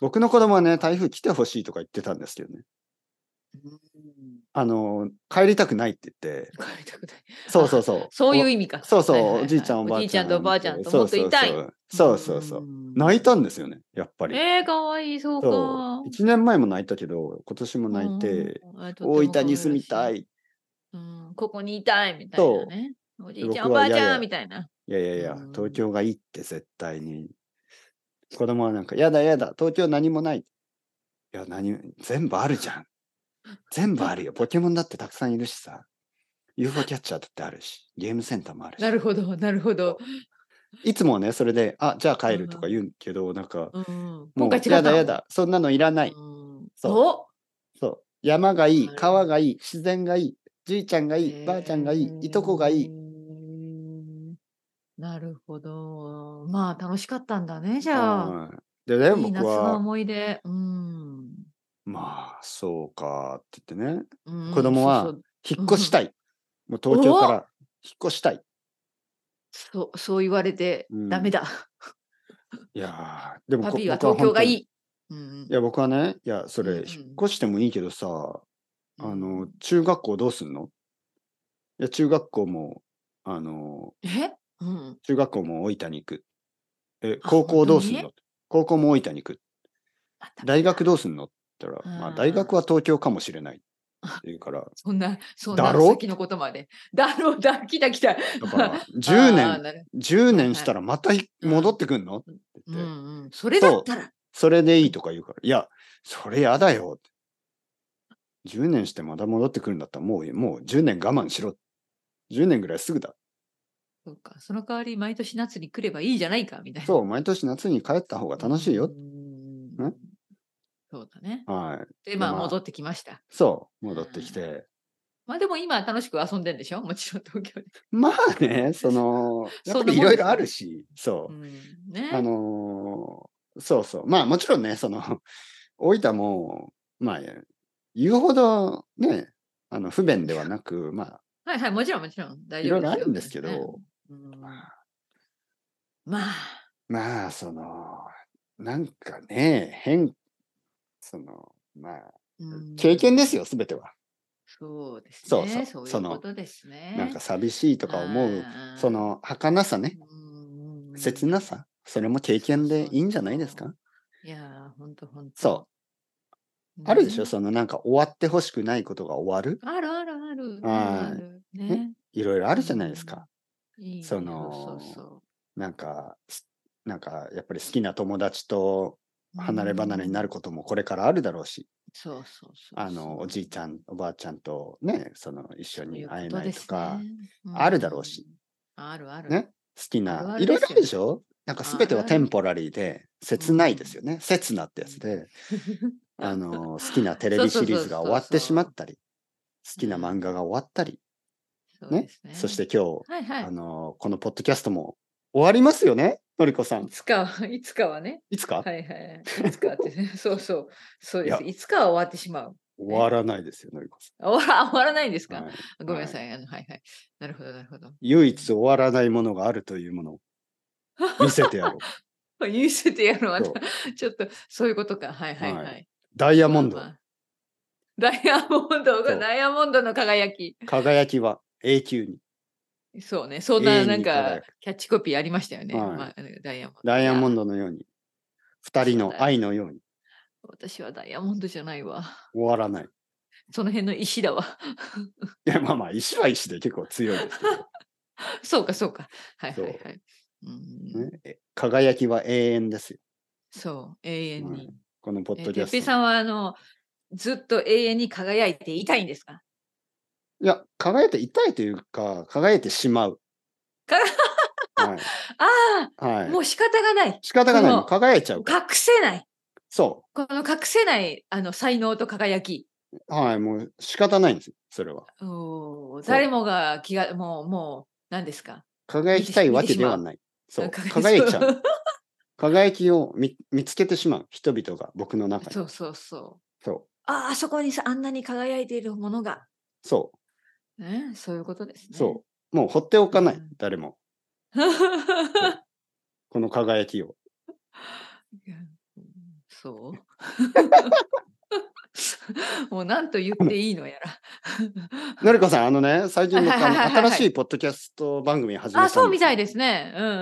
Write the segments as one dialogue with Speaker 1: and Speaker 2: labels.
Speaker 1: 僕の子供はね、台風来てほしいとか言ってたんですけどね。
Speaker 2: うん
Speaker 1: あの、帰りたくないって言って。
Speaker 2: 帰りたくない
Speaker 1: そうそうそう。
Speaker 2: そういう
Speaker 1: 味。
Speaker 2: 意味か。
Speaker 1: そうそう、
Speaker 2: ははは
Speaker 1: おじいちゃん、おばあちゃん。
Speaker 2: おじいちゃんとおばあちゃんともっといたい。
Speaker 1: そうそうそうそうそうそう。
Speaker 2: ん
Speaker 1: 泣いたんですよね、やっぱり。
Speaker 2: えー、かわいい、そうか。
Speaker 1: そう。1年前も泣いたけど、今年も泣いて、
Speaker 2: うんうんうん、あと
Speaker 1: 大分に住みた。
Speaker 2: とても可愛らし
Speaker 1: い。
Speaker 2: うん、ここにいたいみたいなね。おじいちゃん、お
Speaker 1: 僕
Speaker 2: ば
Speaker 1: は
Speaker 2: あ
Speaker 1: い
Speaker 2: ち
Speaker 1: やいや
Speaker 2: ゃんみたいな。
Speaker 1: いやいやいや
Speaker 2: うん、
Speaker 1: 東京がいいって絶対に。子供はなんか、やだやだ、東京何もない。いや、何も、全部あるじゃん。全部あ るよ。ポケモンだってたくさんいるしさ。UFO キャッチャーだってあるし、ゲームセンターもあるし。
Speaker 2: なるほど、なるほど。
Speaker 1: いつもはね、それで、あ、じゃあ帰るとか言うけど、なんか、
Speaker 2: うんうん、
Speaker 1: も
Speaker 2: 今
Speaker 1: う、
Speaker 2: 回違った
Speaker 1: やだやだ、そんなのいらない。
Speaker 2: うん
Speaker 1: そそう。山がいい、
Speaker 2: なるほど
Speaker 1: 川がいい、自然がいい、じいちゃんが
Speaker 2: お
Speaker 1: いい、ばあちゃんがいい、いとこがい
Speaker 2: え
Speaker 1: い。
Speaker 2: ーなるほど。まあ、楽しかったんだね、じゃあ。
Speaker 1: うんでね、
Speaker 2: いい
Speaker 1: 僕
Speaker 2: 夏の
Speaker 1: は、
Speaker 2: 思い出。うん。
Speaker 1: まあ、そうかって言ってね、
Speaker 2: うん
Speaker 1: 子供は
Speaker 2: そうそう
Speaker 1: 引っ越したい。もう東京から引っ越したい。
Speaker 2: そうそう言われて
Speaker 1: うん
Speaker 2: ダメだ。
Speaker 1: いやーでも
Speaker 2: パ
Speaker 1: こ
Speaker 2: ピーは
Speaker 1: 僕は
Speaker 2: 東京がい
Speaker 1: 本
Speaker 2: い。うん
Speaker 1: 当にいや、僕はね、いや、それ、
Speaker 2: うんうん
Speaker 1: 引っ越してもいいけどさ、
Speaker 2: うん
Speaker 1: あの、中学校どうすんのいや、中学校も、あの、
Speaker 2: え、うん、
Speaker 1: 中学校も大分に行く。え、
Speaker 2: あ
Speaker 1: 高校どうすん
Speaker 2: 本当
Speaker 1: の高校も大分に行く。
Speaker 2: あダメだ
Speaker 1: 大学どうすんのって言ったら、まあ、
Speaker 2: うん
Speaker 1: 大学は東京かもしれないって言うから、
Speaker 2: そんなそんな
Speaker 1: だろ
Speaker 2: 先のことまで。だろ うだ来た来た。
Speaker 1: だから、10
Speaker 2: あー
Speaker 1: 年、
Speaker 2: なる
Speaker 1: 10年したらまたひ
Speaker 2: うん
Speaker 1: 戻ってくんのって
Speaker 2: う
Speaker 1: 言っ
Speaker 2: ん
Speaker 1: て、
Speaker 2: うん。それだったら。
Speaker 1: それでいいとか言うから、いや、それやだよって。10年してまだ戻ってくるんだったら、もう、もう10年我慢しろ。10年ぐらいすぐだ。
Speaker 2: そうか。その代わり毎年夏に来ればいいじゃないかみたいな。
Speaker 1: そう、毎年夏に帰った方が楽しいよ
Speaker 2: う。ん
Speaker 1: ん
Speaker 2: そうだね。
Speaker 1: はい。
Speaker 2: でまあ
Speaker 1: まあ
Speaker 2: 戻ってきました。
Speaker 1: そう、戻ってきて。
Speaker 2: まあでも今は楽しく遊んでんでしょもちろん東京で。
Speaker 1: まあね、その、やっ
Speaker 2: そん
Speaker 1: ぱ
Speaker 2: なもんです
Speaker 1: りいろいろあるし、そうう。
Speaker 2: ん、ね。
Speaker 1: あのーそうそう。まあもちろんね、その、大分も、まあ、言うほどね、あの、不便ではなく、ま
Speaker 2: はいはいもちろんもちろん
Speaker 1: あ、
Speaker 2: 大
Speaker 1: い
Speaker 2: 丈
Speaker 1: ろい
Speaker 2: 夫
Speaker 1: ろあ
Speaker 2: よ
Speaker 1: るんですけど、、
Speaker 2: うん
Speaker 1: まあ
Speaker 2: まあ
Speaker 1: まあ、その、なんかね、変、その、まあ、
Speaker 2: うん
Speaker 1: 経験ですよ、すべては。
Speaker 2: そうですね。
Speaker 1: そうそう
Speaker 2: そう
Speaker 1: そ
Speaker 2: いう
Speaker 1: の
Speaker 2: ことですね。
Speaker 1: なんか寂しいとか思う、
Speaker 2: あー
Speaker 1: そ、の、儚さね、
Speaker 2: うん
Speaker 1: 切なさ、それも経験でいいんじゃないですか
Speaker 2: いやー、ほんとほんと。
Speaker 1: そうう。あるでしょ、
Speaker 2: ん
Speaker 1: その、なんか終わってほしくないことが終わる。
Speaker 2: あるあるあ
Speaker 1: はい
Speaker 2: る。あるあるね。
Speaker 1: いろいろあるじゃないですか。
Speaker 2: いいね
Speaker 1: そ
Speaker 2: そ
Speaker 1: の
Speaker 2: うそうそ
Speaker 1: なんか、すなんかやっぱり好きな友達と
Speaker 2: う
Speaker 1: 離れ離れにな
Speaker 2: る。
Speaker 1: ることもこれからあるだろうし、
Speaker 2: そうそうそう。
Speaker 1: あの、おじいちゃん、おばあちゃんとね、その一緒
Speaker 2: そうい
Speaker 1: に
Speaker 2: う
Speaker 1: 会え
Speaker 2: こ
Speaker 1: ない
Speaker 2: です
Speaker 1: とか、
Speaker 2: ね
Speaker 1: あるだろうし。
Speaker 2: んあるある。
Speaker 1: ね、好き
Speaker 2: あるあ
Speaker 1: な、
Speaker 2: る
Speaker 1: いろいろ
Speaker 2: です
Speaker 1: あ
Speaker 2: よ
Speaker 1: るでしょなんか全ては
Speaker 2: あるあ
Speaker 1: テ
Speaker 2: る
Speaker 1: ンポラリーで、切ないですよね。切なってやつ で、あの、好きなテレビシリーズが終わってしまったり、好きな漫画が終わったり、
Speaker 2: そう
Speaker 1: ね
Speaker 2: で。すね
Speaker 1: そして、今
Speaker 2: はいは
Speaker 1: 日、あ
Speaker 2: い。
Speaker 1: の、このポッドキャストも終わりますよね、のりこさん
Speaker 2: い。つかは、いつかはね。
Speaker 1: いつか
Speaker 2: はいはい。いつかって ね。そうそう。そうで
Speaker 1: いや
Speaker 2: す。いつかは終わってしまう。
Speaker 1: 終わらないですよ、のりこ
Speaker 2: あ終わら 終わらないんです
Speaker 1: さん。
Speaker 2: か、
Speaker 1: はい
Speaker 2: ごめんなさい。あのはいはい。なるほど、なるほど。
Speaker 1: 唯一終わらないものがあるというものを見せてやろう。
Speaker 2: 言い捨ててやるま
Speaker 1: そう
Speaker 2: た、 ちょっとそういうことか。はいはいはい。
Speaker 1: はいダイヤモンド
Speaker 2: まあ、まあダイヤモンド
Speaker 1: そ
Speaker 2: が、
Speaker 1: う
Speaker 2: ダイヤモンドの輝き。
Speaker 1: 輝きは永久に。
Speaker 2: そうね。そん
Speaker 1: 永
Speaker 2: な、
Speaker 1: 遠に
Speaker 2: なんか
Speaker 1: 輝く、
Speaker 2: キャッチコピーありましたよね。
Speaker 1: はい
Speaker 2: まあ、あのダイヤモンド。
Speaker 1: ダイヤモン
Speaker 2: ド。
Speaker 1: ドのように。二人の愛のように
Speaker 2: 私はダイヤモンドじゃないわ。
Speaker 1: 終わらない。
Speaker 2: その辺の石だわ。
Speaker 1: いや、まあまあ、石は石で結構強いですけ
Speaker 2: そうか、そうか。はいはい
Speaker 1: そう
Speaker 2: はい。うん
Speaker 1: ど、ね。え輝きは永遠ですよ。
Speaker 2: そう、永遠に。
Speaker 1: このポ
Speaker 2: え
Speaker 1: ッ
Speaker 2: ー
Speaker 1: ドキ
Speaker 2: て
Speaker 1: ャ
Speaker 2: っぺい
Speaker 1: ス
Speaker 2: さ
Speaker 1: ト
Speaker 2: ん
Speaker 1: も。
Speaker 2: は、あの、ずっと永遠に輝いていたいんですか
Speaker 1: いや、輝いていたいというか、輝いてしまう。
Speaker 2: か
Speaker 1: はい。
Speaker 2: あ
Speaker 1: は
Speaker 2: あ、
Speaker 1: い
Speaker 2: も、う仕方がない。
Speaker 1: 仕方がない
Speaker 2: こ
Speaker 1: の。
Speaker 2: の
Speaker 1: 輝いちゃうから。
Speaker 2: 隠せない。
Speaker 1: そ
Speaker 2: この隠せないあの才能と輝き。
Speaker 1: う。はい。もう仕方ないんですよ。それは。
Speaker 2: お
Speaker 1: そう
Speaker 2: ー誰もが気が、もう、もう、何ですか
Speaker 1: 輝きたいわけではない。そう。輝いちゃう。
Speaker 2: う。
Speaker 1: 輝きを見見つけてしまう人々が僕の中に。
Speaker 2: そうそうそう。
Speaker 1: そ
Speaker 2: ああ、あそこにさ、あんなに輝いているものが。
Speaker 1: う。そ
Speaker 2: ね、そういうことです
Speaker 1: う。
Speaker 2: ね。
Speaker 1: そう。もう放っておかない、
Speaker 2: うん
Speaker 1: 誰も。
Speaker 2: う。
Speaker 1: この輝きを。
Speaker 2: そう もう何と言っていいのや
Speaker 1: のりこさん、あのね、最近僕、あ
Speaker 2: はいはい
Speaker 1: の
Speaker 2: はいはい
Speaker 1: 新しいポッドキャスト番組始めた
Speaker 2: ら。あ、そうみたい
Speaker 1: で
Speaker 2: ですね。うんうんう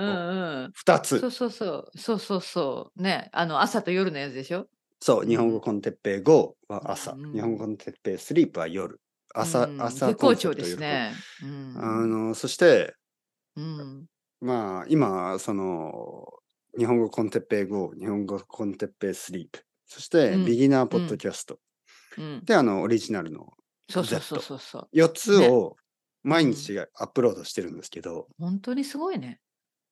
Speaker 2: ん。
Speaker 1: す。2
Speaker 2: そ
Speaker 1: つ。
Speaker 2: うそうそう。そうそうそう。ね。あの、朝と夜のやつでしょ。
Speaker 1: そう、日本語コンテッペイ5は朝、
Speaker 2: うんうん
Speaker 1: 日本語コンテッペイスリープは夜、朝、
Speaker 2: うん
Speaker 1: 朝
Speaker 2: 絶
Speaker 1: コン
Speaker 2: 好
Speaker 1: セ
Speaker 2: 調
Speaker 1: プト
Speaker 2: です
Speaker 1: 夜。
Speaker 2: ね。うん
Speaker 1: あの、そして、
Speaker 2: うん。
Speaker 1: まあ、今、その、日本語コンテッペイ5、日本語コンテッペイスリープ、そして、
Speaker 2: うん
Speaker 1: ビギナーポッドキャスト、
Speaker 2: うん。
Speaker 1: で、あの、オリジナルの
Speaker 2: そうそうそうそうそう。
Speaker 1: 4つ
Speaker 2: ね
Speaker 1: を毎日アップロードしてるんですけど、
Speaker 2: 本当にすごいね。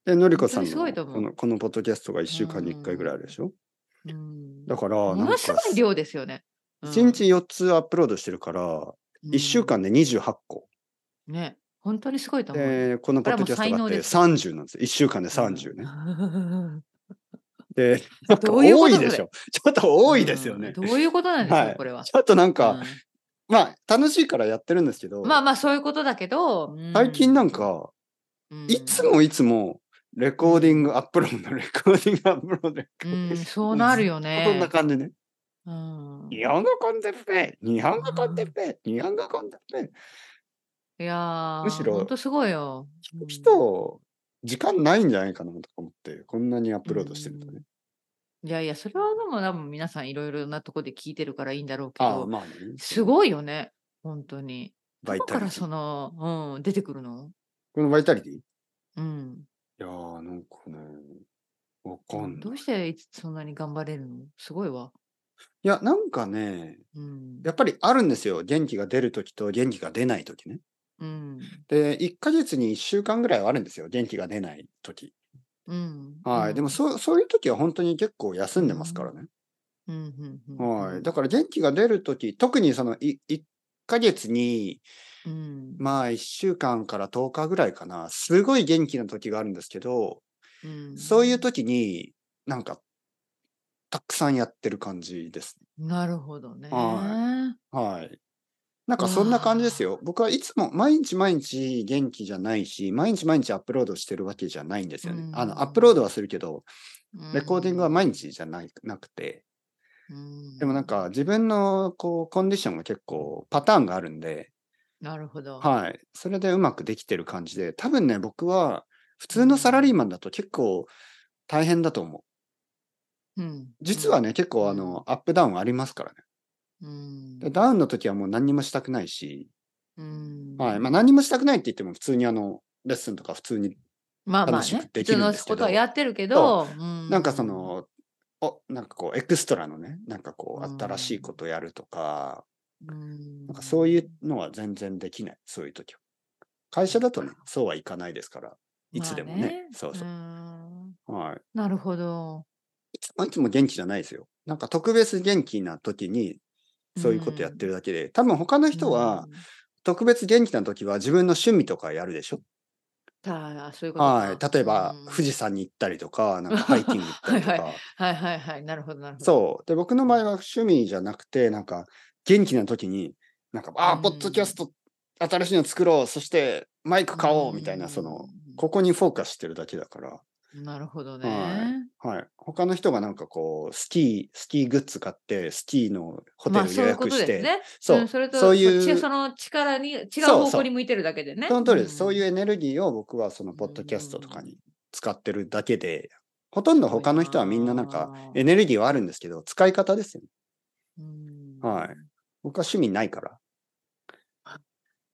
Speaker 1: で、のりこさん
Speaker 2: 本当にすごいと
Speaker 1: の
Speaker 2: 思う
Speaker 1: このこのポッドキャストが1週間に1回ぐらいあるでしょ。
Speaker 2: うん。
Speaker 1: だから、
Speaker 2: も
Speaker 1: なん
Speaker 2: の
Speaker 1: か
Speaker 2: すごい量ですよね。うん
Speaker 1: 1日4つアップロードしてるから、1週。間で28個。
Speaker 2: うんね。本当にすごいと思うよ。
Speaker 1: で、このポッドキャスト
Speaker 2: これ
Speaker 1: だ
Speaker 2: はも
Speaker 1: っ
Speaker 2: う才
Speaker 1: て
Speaker 2: 能です
Speaker 1: 30なんですよ。1週間で30ね。
Speaker 2: ね。
Speaker 1: で、なんか
Speaker 2: どういう
Speaker 1: 多
Speaker 2: こと
Speaker 1: い
Speaker 2: それ
Speaker 1: でしょ。ちょっと多いですよ
Speaker 2: うん
Speaker 1: ね
Speaker 2: ど。ういうことなんです
Speaker 1: は
Speaker 2: か、
Speaker 1: い
Speaker 2: これは。
Speaker 1: ちょっとなん
Speaker 2: う
Speaker 1: か
Speaker 2: ん、
Speaker 1: まあ、楽しいからやってるんですけど、
Speaker 2: まあまあ、そういうことだけど。う
Speaker 1: 最近なん、か、
Speaker 2: うん
Speaker 1: いつ、もいつも、レコーディングアップロード、レコーディングアップロードレコ
Speaker 2: う
Speaker 1: ーディング
Speaker 2: ん、そうなるよね。
Speaker 1: こんな感じね。
Speaker 2: うん
Speaker 1: 日本語コンテッペイ日本語コンテッペイ日本語コンテッペ
Speaker 2: いやー、
Speaker 1: むしろ
Speaker 2: 本当すごいよ。
Speaker 1: イ人、時間ないんじゃないかなとか思って、こんなにアップロードしてるとね。
Speaker 2: うんいやいや、それはでも多分皆さんいろいろなとこで聞いてるからいいんだろうけ
Speaker 1: ああ、
Speaker 2: ど、
Speaker 1: まあね。
Speaker 2: すごいよね、本当に。
Speaker 1: バイ
Speaker 2: だ
Speaker 1: タ
Speaker 2: か
Speaker 1: リ
Speaker 2: ら
Speaker 1: ティ
Speaker 2: そ。の、うん、出てくるの
Speaker 1: このバイタリティい
Speaker 2: うん。
Speaker 1: やー、なんかね、わかん
Speaker 2: ど
Speaker 1: な
Speaker 2: う
Speaker 1: い。
Speaker 2: していつそんなに頑張れるのすごいわ。
Speaker 1: いや、なんかね、
Speaker 2: うん。
Speaker 1: やっぱりあるんですよ。元気が出るときと元気が出ないときね。
Speaker 2: うん。
Speaker 1: で、1ヶ月に1週間ぐらいはあるんですよ。元気が出ないとき。
Speaker 2: うん。
Speaker 1: はい。
Speaker 2: うん
Speaker 1: でもそう、そういうときは本当に結構休んでますからね。
Speaker 2: うんうんうんうん
Speaker 1: はい。だから元気が出るとき、特にそのい1ヶ月に、
Speaker 2: うん
Speaker 1: まあ1週間から10日ぐらいかな、すごい元気なときがあるんですけど、
Speaker 2: うん
Speaker 1: そういうときになんか、たくさんやってる感じです。
Speaker 2: なるほどね。
Speaker 1: ははい。なんかそんな感じですよ。僕はいつも毎日毎日元気じゃないし、毎日毎日アップロードしてるわけじゃないんですよね。あ
Speaker 2: う
Speaker 1: の、
Speaker 2: ん
Speaker 1: アップロードはするけど、
Speaker 2: うん
Speaker 1: レコーディングは毎日じゃないなくて、
Speaker 2: うん
Speaker 1: でもなんか自分のこうコンディションが結構パターンがあるんで、
Speaker 2: なるほど。
Speaker 1: はい。それでうまくできてる感じで、多分ね、僕は普通のサラリーマンだと結構大変だと思う。
Speaker 2: うん
Speaker 1: 実は、ね、結構あ
Speaker 2: うん
Speaker 1: の、アップダウンありますからね。
Speaker 2: うん
Speaker 1: でダウンの時はもう何にもしたくないし、
Speaker 2: うん
Speaker 1: はい。まあ何にもしたくないって言っても普通にあの、レッスンとか普通に、
Speaker 2: まあまあ
Speaker 1: 楽しく、
Speaker 2: ね
Speaker 1: で
Speaker 2: 普
Speaker 1: き
Speaker 2: 通
Speaker 1: るん
Speaker 2: の
Speaker 1: ですけど
Speaker 2: ことはやってるけど、うん
Speaker 1: なんかそ、の、お、なんかこう、エクストラのね、なんかこ
Speaker 2: うん
Speaker 1: う、新しいことやるとか、
Speaker 2: な
Speaker 1: なんかそういうのは全然できない。そういう時は。会社だとね、そうはいかないですから、いつでもね。そうそう。
Speaker 2: ん
Speaker 1: はい。
Speaker 2: なるほど。
Speaker 1: いつもいつも元気じゃないですよ。なんか特別元気な時にそういうことやってるだけで、多分他の人は
Speaker 2: うん、
Speaker 1: 特別元気な時は自分の趣味とかやるでしょ。
Speaker 2: たそういうことか
Speaker 1: はい。例えば
Speaker 2: うん
Speaker 1: 富士山に行ったりと か、なんかハイキング行ったりと
Speaker 2: はい
Speaker 1: か。
Speaker 2: はいはいはい、なるほどなるほど。
Speaker 1: そう。で、僕の場合は趣味じゃなくて、なんか元気な時に、なんか、ああ、
Speaker 2: うん
Speaker 1: ポッドキャスト新しいの作ろう、そしてマイク買おうみたいな、その、ここにフォーカスしてるだけだから。
Speaker 2: うん。なるほどね。
Speaker 1: はい。他の人がなんかこう、スキー、スキーグッズ買って、スキーのホテ
Speaker 2: まあ
Speaker 1: ル
Speaker 2: そ
Speaker 1: 予
Speaker 2: ういうこ
Speaker 1: 約
Speaker 2: と
Speaker 1: し
Speaker 2: です
Speaker 1: て、
Speaker 2: ね。
Speaker 1: そう、
Speaker 2: んそれと
Speaker 1: そういう
Speaker 2: ちその力に違う
Speaker 1: そう
Speaker 2: 方
Speaker 1: そう
Speaker 2: 向に向いてるだけでね。
Speaker 1: その通りです。そういう
Speaker 2: う
Speaker 1: エネルギーを僕はその
Speaker 2: ん
Speaker 1: ポッドキャストとかに使ってるだけで、ほとんど他の人はみんななんか
Speaker 2: すごいなあ
Speaker 1: エネルギーはあるんですけど、使い方ですよね。
Speaker 2: ん。
Speaker 1: はい僕は趣味ないから。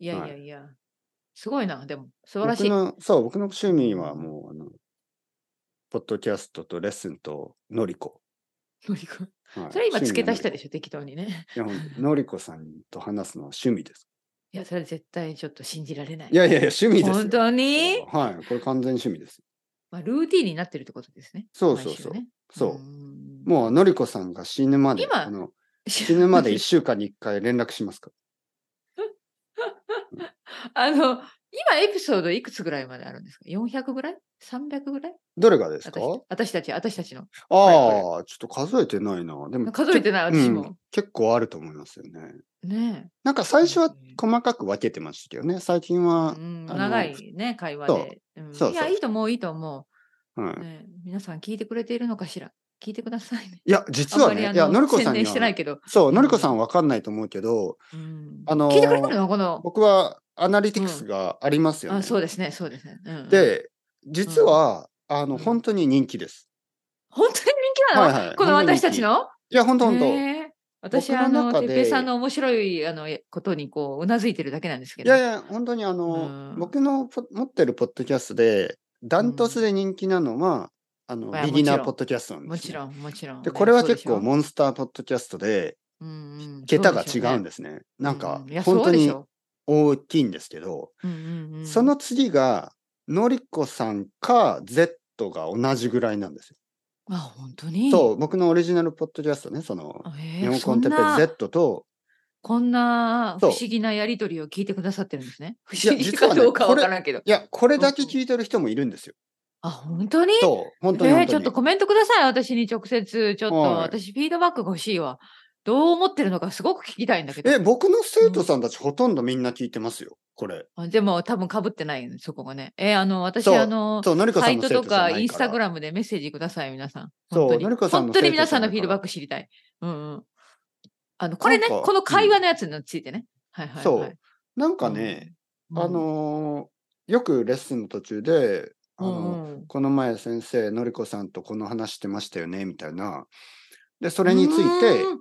Speaker 2: いやい
Speaker 1: は
Speaker 2: や
Speaker 1: い
Speaker 2: いや、すごいな、でも、素晴らし
Speaker 1: 僕
Speaker 2: い。
Speaker 1: の、そう、僕の趣味はもう、あの、ポッドキャストとレッスンとのりこ。
Speaker 2: のりこ
Speaker 1: はい
Speaker 2: それ今付け足したで
Speaker 1: し
Speaker 2: しょ、適当にね。
Speaker 1: ょのりこさんと話すのは趣味です。
Speaker 2: いや、それ絶対ちょっと信じられない。
Speaker 1: いやいやいや、趣味ですよ。
Speaker 2: 本当に、
Speaker 1: はい、これ完全趣味です。
Speaker 2: まあ、ルーティンになってるってことですね。
Speaker 1: そうそうそう
Speaker 2: 毎週ね
Speaker 1: そう。
Speaker 2: ん
Speaker 1: もう、のりこさんが死ぬまで、
Speaker 2: 今
Speaker 1: あの死ぬまで1週間に1回連絡しますか
Speaker 2: あの、今エピソードいくつぐらいまであるんですか ?400 ぐらい ?300 ぐらい
Speaker 1: どれがですか
Speaker 2: 私私たち、私たちの。
Speaker 1: あ
Speaker 2: れこ
Speaker 1: あ、ちょっと数えてないな。でも、
Speaker 2: 数えてない、
Speaker 1: け
Speaker 2: 私
Speaker 1: うん
Speaker 2: も。
Speaker 1: 結構あると思いますよね。
Speaker 2: ね
Speaker 1: なんか最初は
Speaker 2: うん
Speaker 1: 細かく分けてましたけどね、最近
Speaker 2: え。
Speaker 1: は
Speaker 2: う、ん、
Speaker 1: あの
Speaker 2: 長いね、会話で。うん
Speaker 1: そう
Speaker 2: いや、
Speaker 1: そう
Speaker 2: いいと思う、いいと思
Speaker 1: は
Speaker 2: う、
Speaker 1: い、
Speaker 2: ねえ皆さん聞いてくれているのかしら。聞いてくださいね。
Speaker 1: いや、実
Speaker 2: あん
Speaker 1: は
Speaker 2: まり
Speaker 1: ね、
Speaker 2: あ
Speaker 1: いや、
Speaker 2: の
Speaker 1: のりこさ
Speaker 2: 宣
Speaker 1: んに
Speaker 2: 伝してない
Speaker 1: は、
Speaker 2: けど。
Speaker 1: そう、のりこさんわかんないと思うけど、
Speaker 2: うん
Speaker 1: あのー
Speaker 2: 聞いてくれてるのこの。
Speaker 1: 僕はアナリティクスがありますよね。
Speaker 2: あそうですね、そうですね。うんうん、
Speaker 1: で、実は、あの、
Speaker 2: うん
Speaker 1: 本当に人気です。
Speaker 2: 本当に人気なの、
Speaker 1: はいはい
Speaker 2: この
Speaker 1: 本当に
Speaker 2: 私
Speaker 1: 人気
Speaker 2: たちの
Speaker 1: いや、本当本当。い
Speaker 2: へー私、
Speaker 1: 僕の
Speaker 2: あの、
Speaker 1: 中
Speaker 2: て
Speaker 1: で
Speaker 2: っぺいさんの面白いあのことにこう、うなずいてるだけなんですけど。
Speaker 1: やいや、本当にあの
Speaker 2: う、ん
Speaker 1: 僕のポ持ってるポッドキャストで、ダントツで人気なのは、あの
Speaker 2: まあ、
Speaker 1: ビギナー
Speaker 2: もちろん
Speaker 1: ポッドキャストなんです、ね。
Speaker 2: もちろん、もちろん。
Speaker 1: で、これは結構
Speaker 2: も
Speaker 1: モンスターポッドキャストで、
Speaker 2: う、うんうん
Speaker 1: 桁が違うんで
Speaker 2: で
Speaker 1: すね。なんか
Speaker 2: ういや、、
Speaker 1: 本
Speaker 2: そ
Speaker 1: 当
Speaker 2: うでし
Speaker 1: に
Speaker 2: ょ
Speaker 1: 大きいんですけど、
Speaker 2: う。うんうんうん、
Speaker 1: その次が、のりこさんか Z が同じぐらいなんですよ。
Speaker 2: あ、本当に
Speaker 1: そう、僕のオリジナルポッドキャストね、その、
Speaker 2: あへ
Speaker 1: 日
Speaker 2: ー
Speaker 1: 本
Speaker 2: そ
Speaker 1: コ
Speaker 2: ん
Speaker 1: ンテッペ
Speaker 2: な
Speaker 1: Z と、
Speaker 2: こんな不
Speaker 1: そう
Speaker 2: 思議なやりとりを聞いてくださってるんですね。不
Speaker 1: いや
Speaker 2: 思議
Speaker 1: 実は
Speaker 2: か
Speaker 1: ね
Speaker 2: どうか
Speaker 1: こ
Speaker 2: わ
Speaker 1: れ
Speaker 2: からんけど。
Speaker 1: いや、これだけ聞いてる人もいるんですよ。
Speaker 2: あ、本当に
Speaker 1: そう、本当に
Speaker 2: えー
Speaker 1: 本当に。
Speaker 2: ちょっとコメントください。私に直接、ちょっと、
Speaker 1: はい
Speaker 2: 私フィードバックが欲しいわ。どう思ってるのかすごく聞きたいんだけど
Speaker 1: え、。僕の生徒さんたちほとんどみんな聞いてますよ、これ。
Speaker 2: あでも多分かぶってないよねそこがね。えーあの、私、
Speaker 1: そう
Speaker 2: あの、
Speaker 1: そう、のりこ
Speaker 2: サ
Speaker 1: さん
Speaker 2: イ
Speaker 1: の
Speaker 2: ト
Speaker 1: 生
Speaker 2: と
Speaker 1: 徒さん
Speaker 2: か
Speaker 1: ないから。
Speaker 2: インスタグラムでメッセージください、皆さん。
Speaker 1: そう
Speaker 2: 本当に。
Speaker 1: のりこさんの
Speaker 2: 本当に皆さ
Speaker 1: 生徒さん
Speaker 2: ん
Speaker 1: だか
Speaker 2: の
Speaker 1: ら
Speaker 2: フィードバック知りたい。うんうん。あの、これね、
Speaker 1: なんか
Speaker 2: この会話のやつについてね。はいはい、はい。
Speaker 1: そう。なんかね、
Speaker 2: うん、
Speaker 1: あのーよくレッスンの途中で、あ
Speaker 2: う
Speaker 1: の
Speaker 2: んうん、
Speaker 1: この前先生、のりこさんとこの話してましたよね、みたいな。で、それについて
Speaker 2: うーん、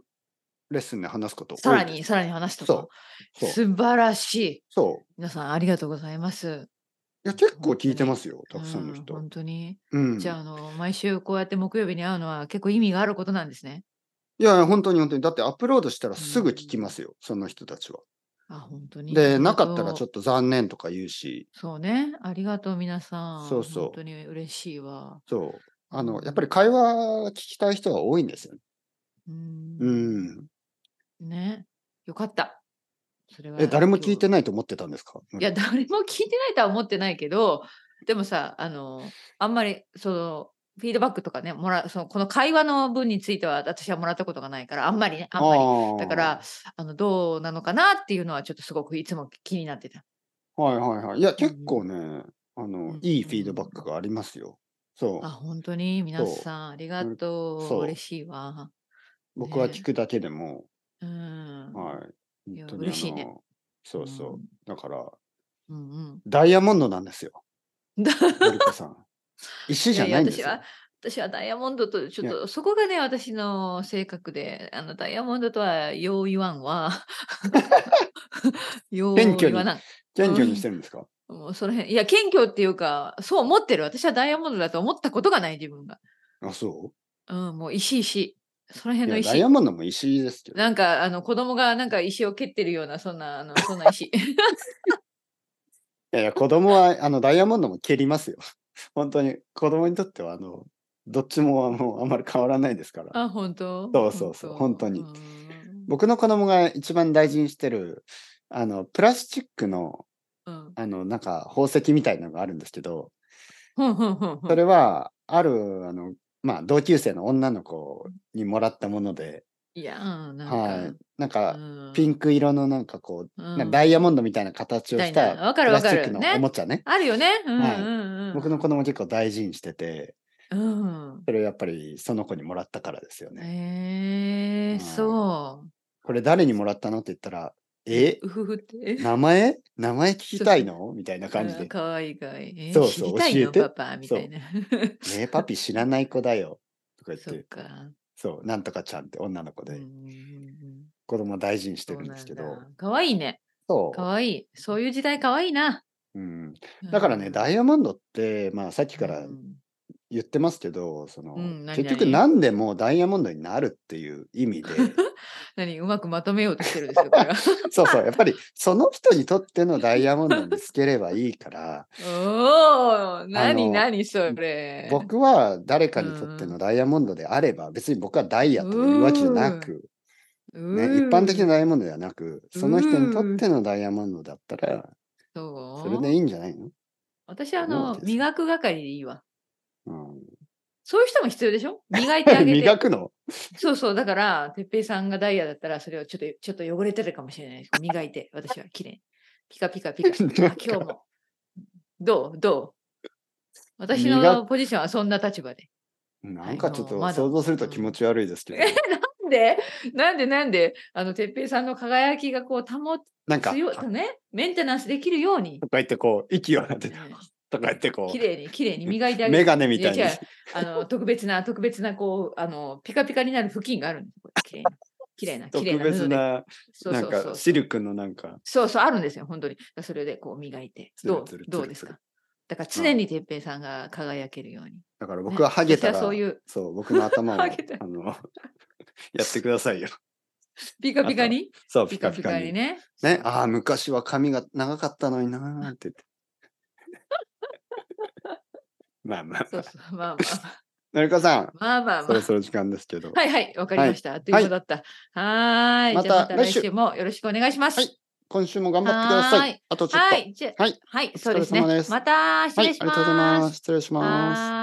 Speaker 1: レッスンで話すこと多い
Speaker 2: さら
Speaker 1: で
Speaker 2: に、さらに話す
Speaker 1: す。
Speaker 2: とか
Speaker 1: そ。う。そう。
Speaker 2: 素晴らしい。
Speaker 1: そう。
Speaker 2: 皆さん、ありがとうございます。
Speaker 1: いや、結構聞いてますよ、たくさんの
Speaker 2: う
Speaker 1: 人
Speaker 2: 本。当に。
Speaker 1: うん。
Speaker 2: じゃあ、あの、毎週こうやって木曜日に会うのは結構意味があることなんですね。
Speaker 1: いやいや、本当に本当に。だってアップロードしたらすぐ聞きますよ、その人たちは。
Speaker 2: あ、本当に。
Speaker 1: で、なかったらちょ
Speaker 2: っと
Speaker 1: っ
Speaker 2: う。
Speaker 1: と残念とか言うし、
Speaker 2: そうね。ありがとう、皆さん。
Speaker 1: そうそう
Speaker 2: 本当に嬉しいわ。
Speaker 1: そう。あの、やっぱ
Speaker 2: り。
Speaker 1: り会話聞きたい人は多いんですよね。
Speaker 2: う。
Speaker 1: うんん。
Speaker 2: ね。よかった。それは
Speaker 1: え、誰も聞いて
Speaker 2: ない。
Speaker 1: ないと思ってたんですか
Speaker 2: いや、誰も聞いてないとは思ってないけど、でもさ、あの、あんまり、その、フィードバックとかね、もらそのこの会話の分については私はもらったことがないから、あんまりね、あんまり。
Speaker 1: あ
Speaker 2: だ
Speaker 1: だ
Speaker 2: から、、あの、どうなのかなっていうのは、ちょっとすごくいつも気になってた。
Speaker 1: はいはいはい。いや、結構ね、あの、いいフィードバックがありますよ。そ
Speaker 2: あ、
Speaker 1: う。
Speaker 2: 本当に皆さん、ありがとう。
Speaker 1: そう
Speaker 2: 嬉しいわ。
Speaker 1: 僕は
Speaker 2: ね
Speaker 1: 聞くだけでも、
Speaker 2: うん。
Speaker 1: はい。
Speaker 2: いや
Speaker 1: 本当に
Speaker 2: 嬉しいね
Speaker 1: あのそうそう。
Speaker 2: うん
Speaker 1: だから、
Speaker 2: うんうん。
Speaker 1: ダイヤモンドなんです よ、
Speaker 2: だ
Speaker 1: のりこさん。石じゃないんですよ。
Speaker 2: いやいや私はダイヤモンドとちょっ
Speaker 1: い
Speaker 2: とそこがね私の性格であのダイヤモンドとはよう言わんわよ う
Speaker 1: 謙虚に
Speaker 2: 言わない
Speaker 1: 謙虚にしてるんですか、
Speaker 2: もうその辺いや謙虚っていうかそう思ってる私はダイヤモンドだと思ったことがない自分が、
Speaker 1: あ、そう
Speaker 2: うん、もう石石その辺の
Speaker 1: いやダイ
Speaker 2: 石
Speaker 1: ヤモンドも石井ですけど。
Speaker 2: なんかあの子供がなんか石を蹴ってるようなそんなあ のそんな石
Speaker 1: いやいや、子供は、あの、ダイヤモンドも蹴りますよ。 本当に、子供にとっては、あの、どっちも、あの、あんまり変わらないですから。
Speaker 2: あ本当
Speaker 1: そうそうそう本当に
Speaker 2: うん
Speaker 1: 僕の子供が一番大事にしてる、あの、プラスチックの、
Speaker 2: うん
Speaker 1: あの、なんか、宝石みたいのがあるんですけど、
Speaker 2: ふんふんふんふん
Speaker 1: それは、ある、あの、まあ、同級生の女の子にもらったもので、
Speaker 2: いやーなんか、
Speaker 1: はい。なんか、
Speaker 2: うん
Speaker 1: ピンク色のなんかこう、
Speaker 2: う
Speaker 1: なんか
Speaker 2: ん
Speaker 1: ダイヤモンドみたいな形をし
Speaker 2: みた
Speaker 1: た
Speaker 2: いなわ
Speaker 1: プ
Speaker 2: かる
Speaker 1: ラ
Speaker 2: わ
Speaker 1: ス
Speaker 2: か
Speaker 1: チ
Speaker 2: る
Speaker 1: ックの
Speaker 2: ね
Speaker 1: おもちゃね。
Speaker 2: あるよね。うんう
Speaker 1: はい
Speaker 2: んうん。
Speaker 1: 僕の子供結構大事にしてて、
Speaker 2: うん。
Speaker 1: それをやっぱりその子にもらったからですよね。
Speaker 2: ええ
Speaker 1: はい
Speaker 2: そ
Speaker 1: これ誰にもらったのって言ったら、え
Speaker 2: う。うふふって。
Speaker 1: 名前名前聞きたいのみたいな感じ
Speaker 2: う
Speaker 1: で
Speaker 2: ん。かわいいかわいい。えー
Speaker 1: そうそう
Speaker 2: 知りたい
Speaker 1: 教え
Speaker 2: の
Speaker 1: て
Speaker 2: パパみたいな。
Speaker 1: ねえ、パピ知らない子だよ。とか言っ、
Speaker 2: そってか。
Speaker 1: そう、なんとかちゃんって女の子
Speaker 2: うんう
Speaker 1: で
Speaker 2: んうん
Speaker 1: 子供を大事にして
Speaker 2: そう
Speaker 1: るん
Speaker 2: な
Speaker 1: ですけ
Speaker 2: ん
Speaker 1: ど。
Speaker 2: だ。かわいいね。
Speaker 1: そ
Speaker 2: かわいい。そういう時代かわいいな。
Speaker 1: う。うん。だからね、ダイヤモンドって、まあさっきから
Speaker 2: うん
Speaker 1: 言ってますけど、その、
Speaker 2: うん何
Speaker 1: 結局
Speaker 2: 々
Speaker 1: 何でもダイヤモンドになるっていう意味 で、
Speaker 2: 何うまくまとめようとしてるん ですよ、これは。
Speaker 1: そうそう、やっぱりその人にとってのダイヤモンドを見つければいいから、
Speaker 2: おお、
Speaker 1: あの
Speaker 2: 何何それ。
Speaker 1: 僕は誰かにとって
Speaker 2: う
Speaker 1: のダイヤモンドであれば、別に僕はダイヤというわけじゃなく、ね、一般的な
Speaker 2: な。
Speaker 1: ダイヤモンドではなく、その人にとってのダイヤモンドだったら、そ
Speaker 2: そ
Speaker 1: うれでいいんじゃないの、
Speaker 2: 私はあ
Speaker 1: 思うわ
Speaker 2: の
Speaker 1: けですよ
Speaker 2: 磨く係でいいわ。
Speaker 1: う
Speaker 2: そういう人も必要でしょ磨いてあ
Speaker 1: ん、
Speaker 2: げ て。
Speaker 1: 磨くの
Speaker 2: そうそう。だから、てっぺいさんがダイヤだったら、それをちょっと、ちょっと汚れてるかもしれないです。磨いて、私は綺麗に。ピカピカピカ。あ
Speaker 1: なんか
Speaker 2: 今日も。どうどう私
Speaker 1: 磨
Speaker 2: のポジションはそんな立場で。
Speaker 1: なんかちょっ
Speaker 2: あ
Speaker 1: と
Speaker 2: のまだ
Speaker 1: 想像すると気持ち悪いですけど、
Speaker 2: なんでなんでなんであの哲平さんの輝きがこう保つ
Speaker 1: なんか、
Speaker 2: 強い
Speaker 1: とか
Speaker 2: ねメンテナンスできるように
Speaker 1: 言ってこう、息を当てて、
Speaker 2: ね
Speaker 1: とか言ってこ
Speaker 2: 綺麗に綺麗に磨いてあ
Speaker 1: う、
Speaker 2: げ
Speaker 1: メ
Speaker 2: る
Speaker 1: ガネみたい
Speaker 2: い
Speaker 1: に
Speaker 2: や違うあの特別な特別なこうあのピカピカになる布巾があるんですこれ綺麗な綺麗な
Speaker 1: 特
Speaker 2: 綺麗な布
Speaker 1: 別
Speaker 2: で
Speaker 1: な、
Speaker 2: そう
Speaker 1: なん
Speaker 2: そうそう
Speaker 1: かシルクのなんか、
Speaker 2: そうそう、あるんですよ、本当に。それでこう磨いて。
Speaker 1: つる
Speaker 2: どう
Speaker 1: つる
Speaker 2: ど
Speaker 1: つ
Speaker 2: う
Speaker 1: る
Speaker 2: です
Speaker 1: つる
Speaker 2: かだから常に哲平さんが輝けるように。
Speaker 1: だから僕はハゲた
Speaker 2: 私
Speaker 1: ら、
Speaker 2: はそういう
Speaker 1: そう、僕の頭を、あ
Speaker 2: ハゲたら
Speaker 1: の、 やってくださいよ。
Speaker 2: ピカピカに
Speaker 1: そう、
Speaker 2: ピ
Speaker 1: ピ
Speaker 2: カ
Speaker 1: カ
Speaker 2: ピ
Speaker 1: ピ
Speaker 2: カ
Speaker 1: カ
Speaker 2: に
Speaker 1: に。
Speaker 2: ね。
Speaker 1: ね、ああ、昔は髪が長かったのになーって言って。まあまあ、
Speaker 2: そうそう、まあ
Speaker 1: のりこさん、
Speaker 2: まあ。まあまあ
Speaker 1: そ
Speaker 2: ま
Speaker 1: ろ
Speaker 2: あ。
Speaker 1: そろ時間ですけど。
Speaker 2: はいはい、わかりました。あっという間だった。はーい。
Speaker 1: また
Speaker 2: じゃあまた来
Speaker 1: 来週
Speaker 2: 週もよろしくお願いします。
Speaker 1: は
Speaker 2: はい
Speaker 1: い。今週も頑張ってくださ
Speaker 2: はーい
Speaker 1: い。あとちょっと。
Speaker 2: は
Speaker 1: はい。
Speaker 2: い。じゃ
Speaker 1: はい、
Speaker 2: はい、そうですね
Speaker 1: お疲れ様で。す
Speaker 2: また
Speaker 1: あ
Speaker 2: 失
Speaker 1: り
Speaker 2: 礼し
Speaker 1: が
Speaker 2: ます。
Speaker 1: とうございます。失礼します。
Speaker 2: はーい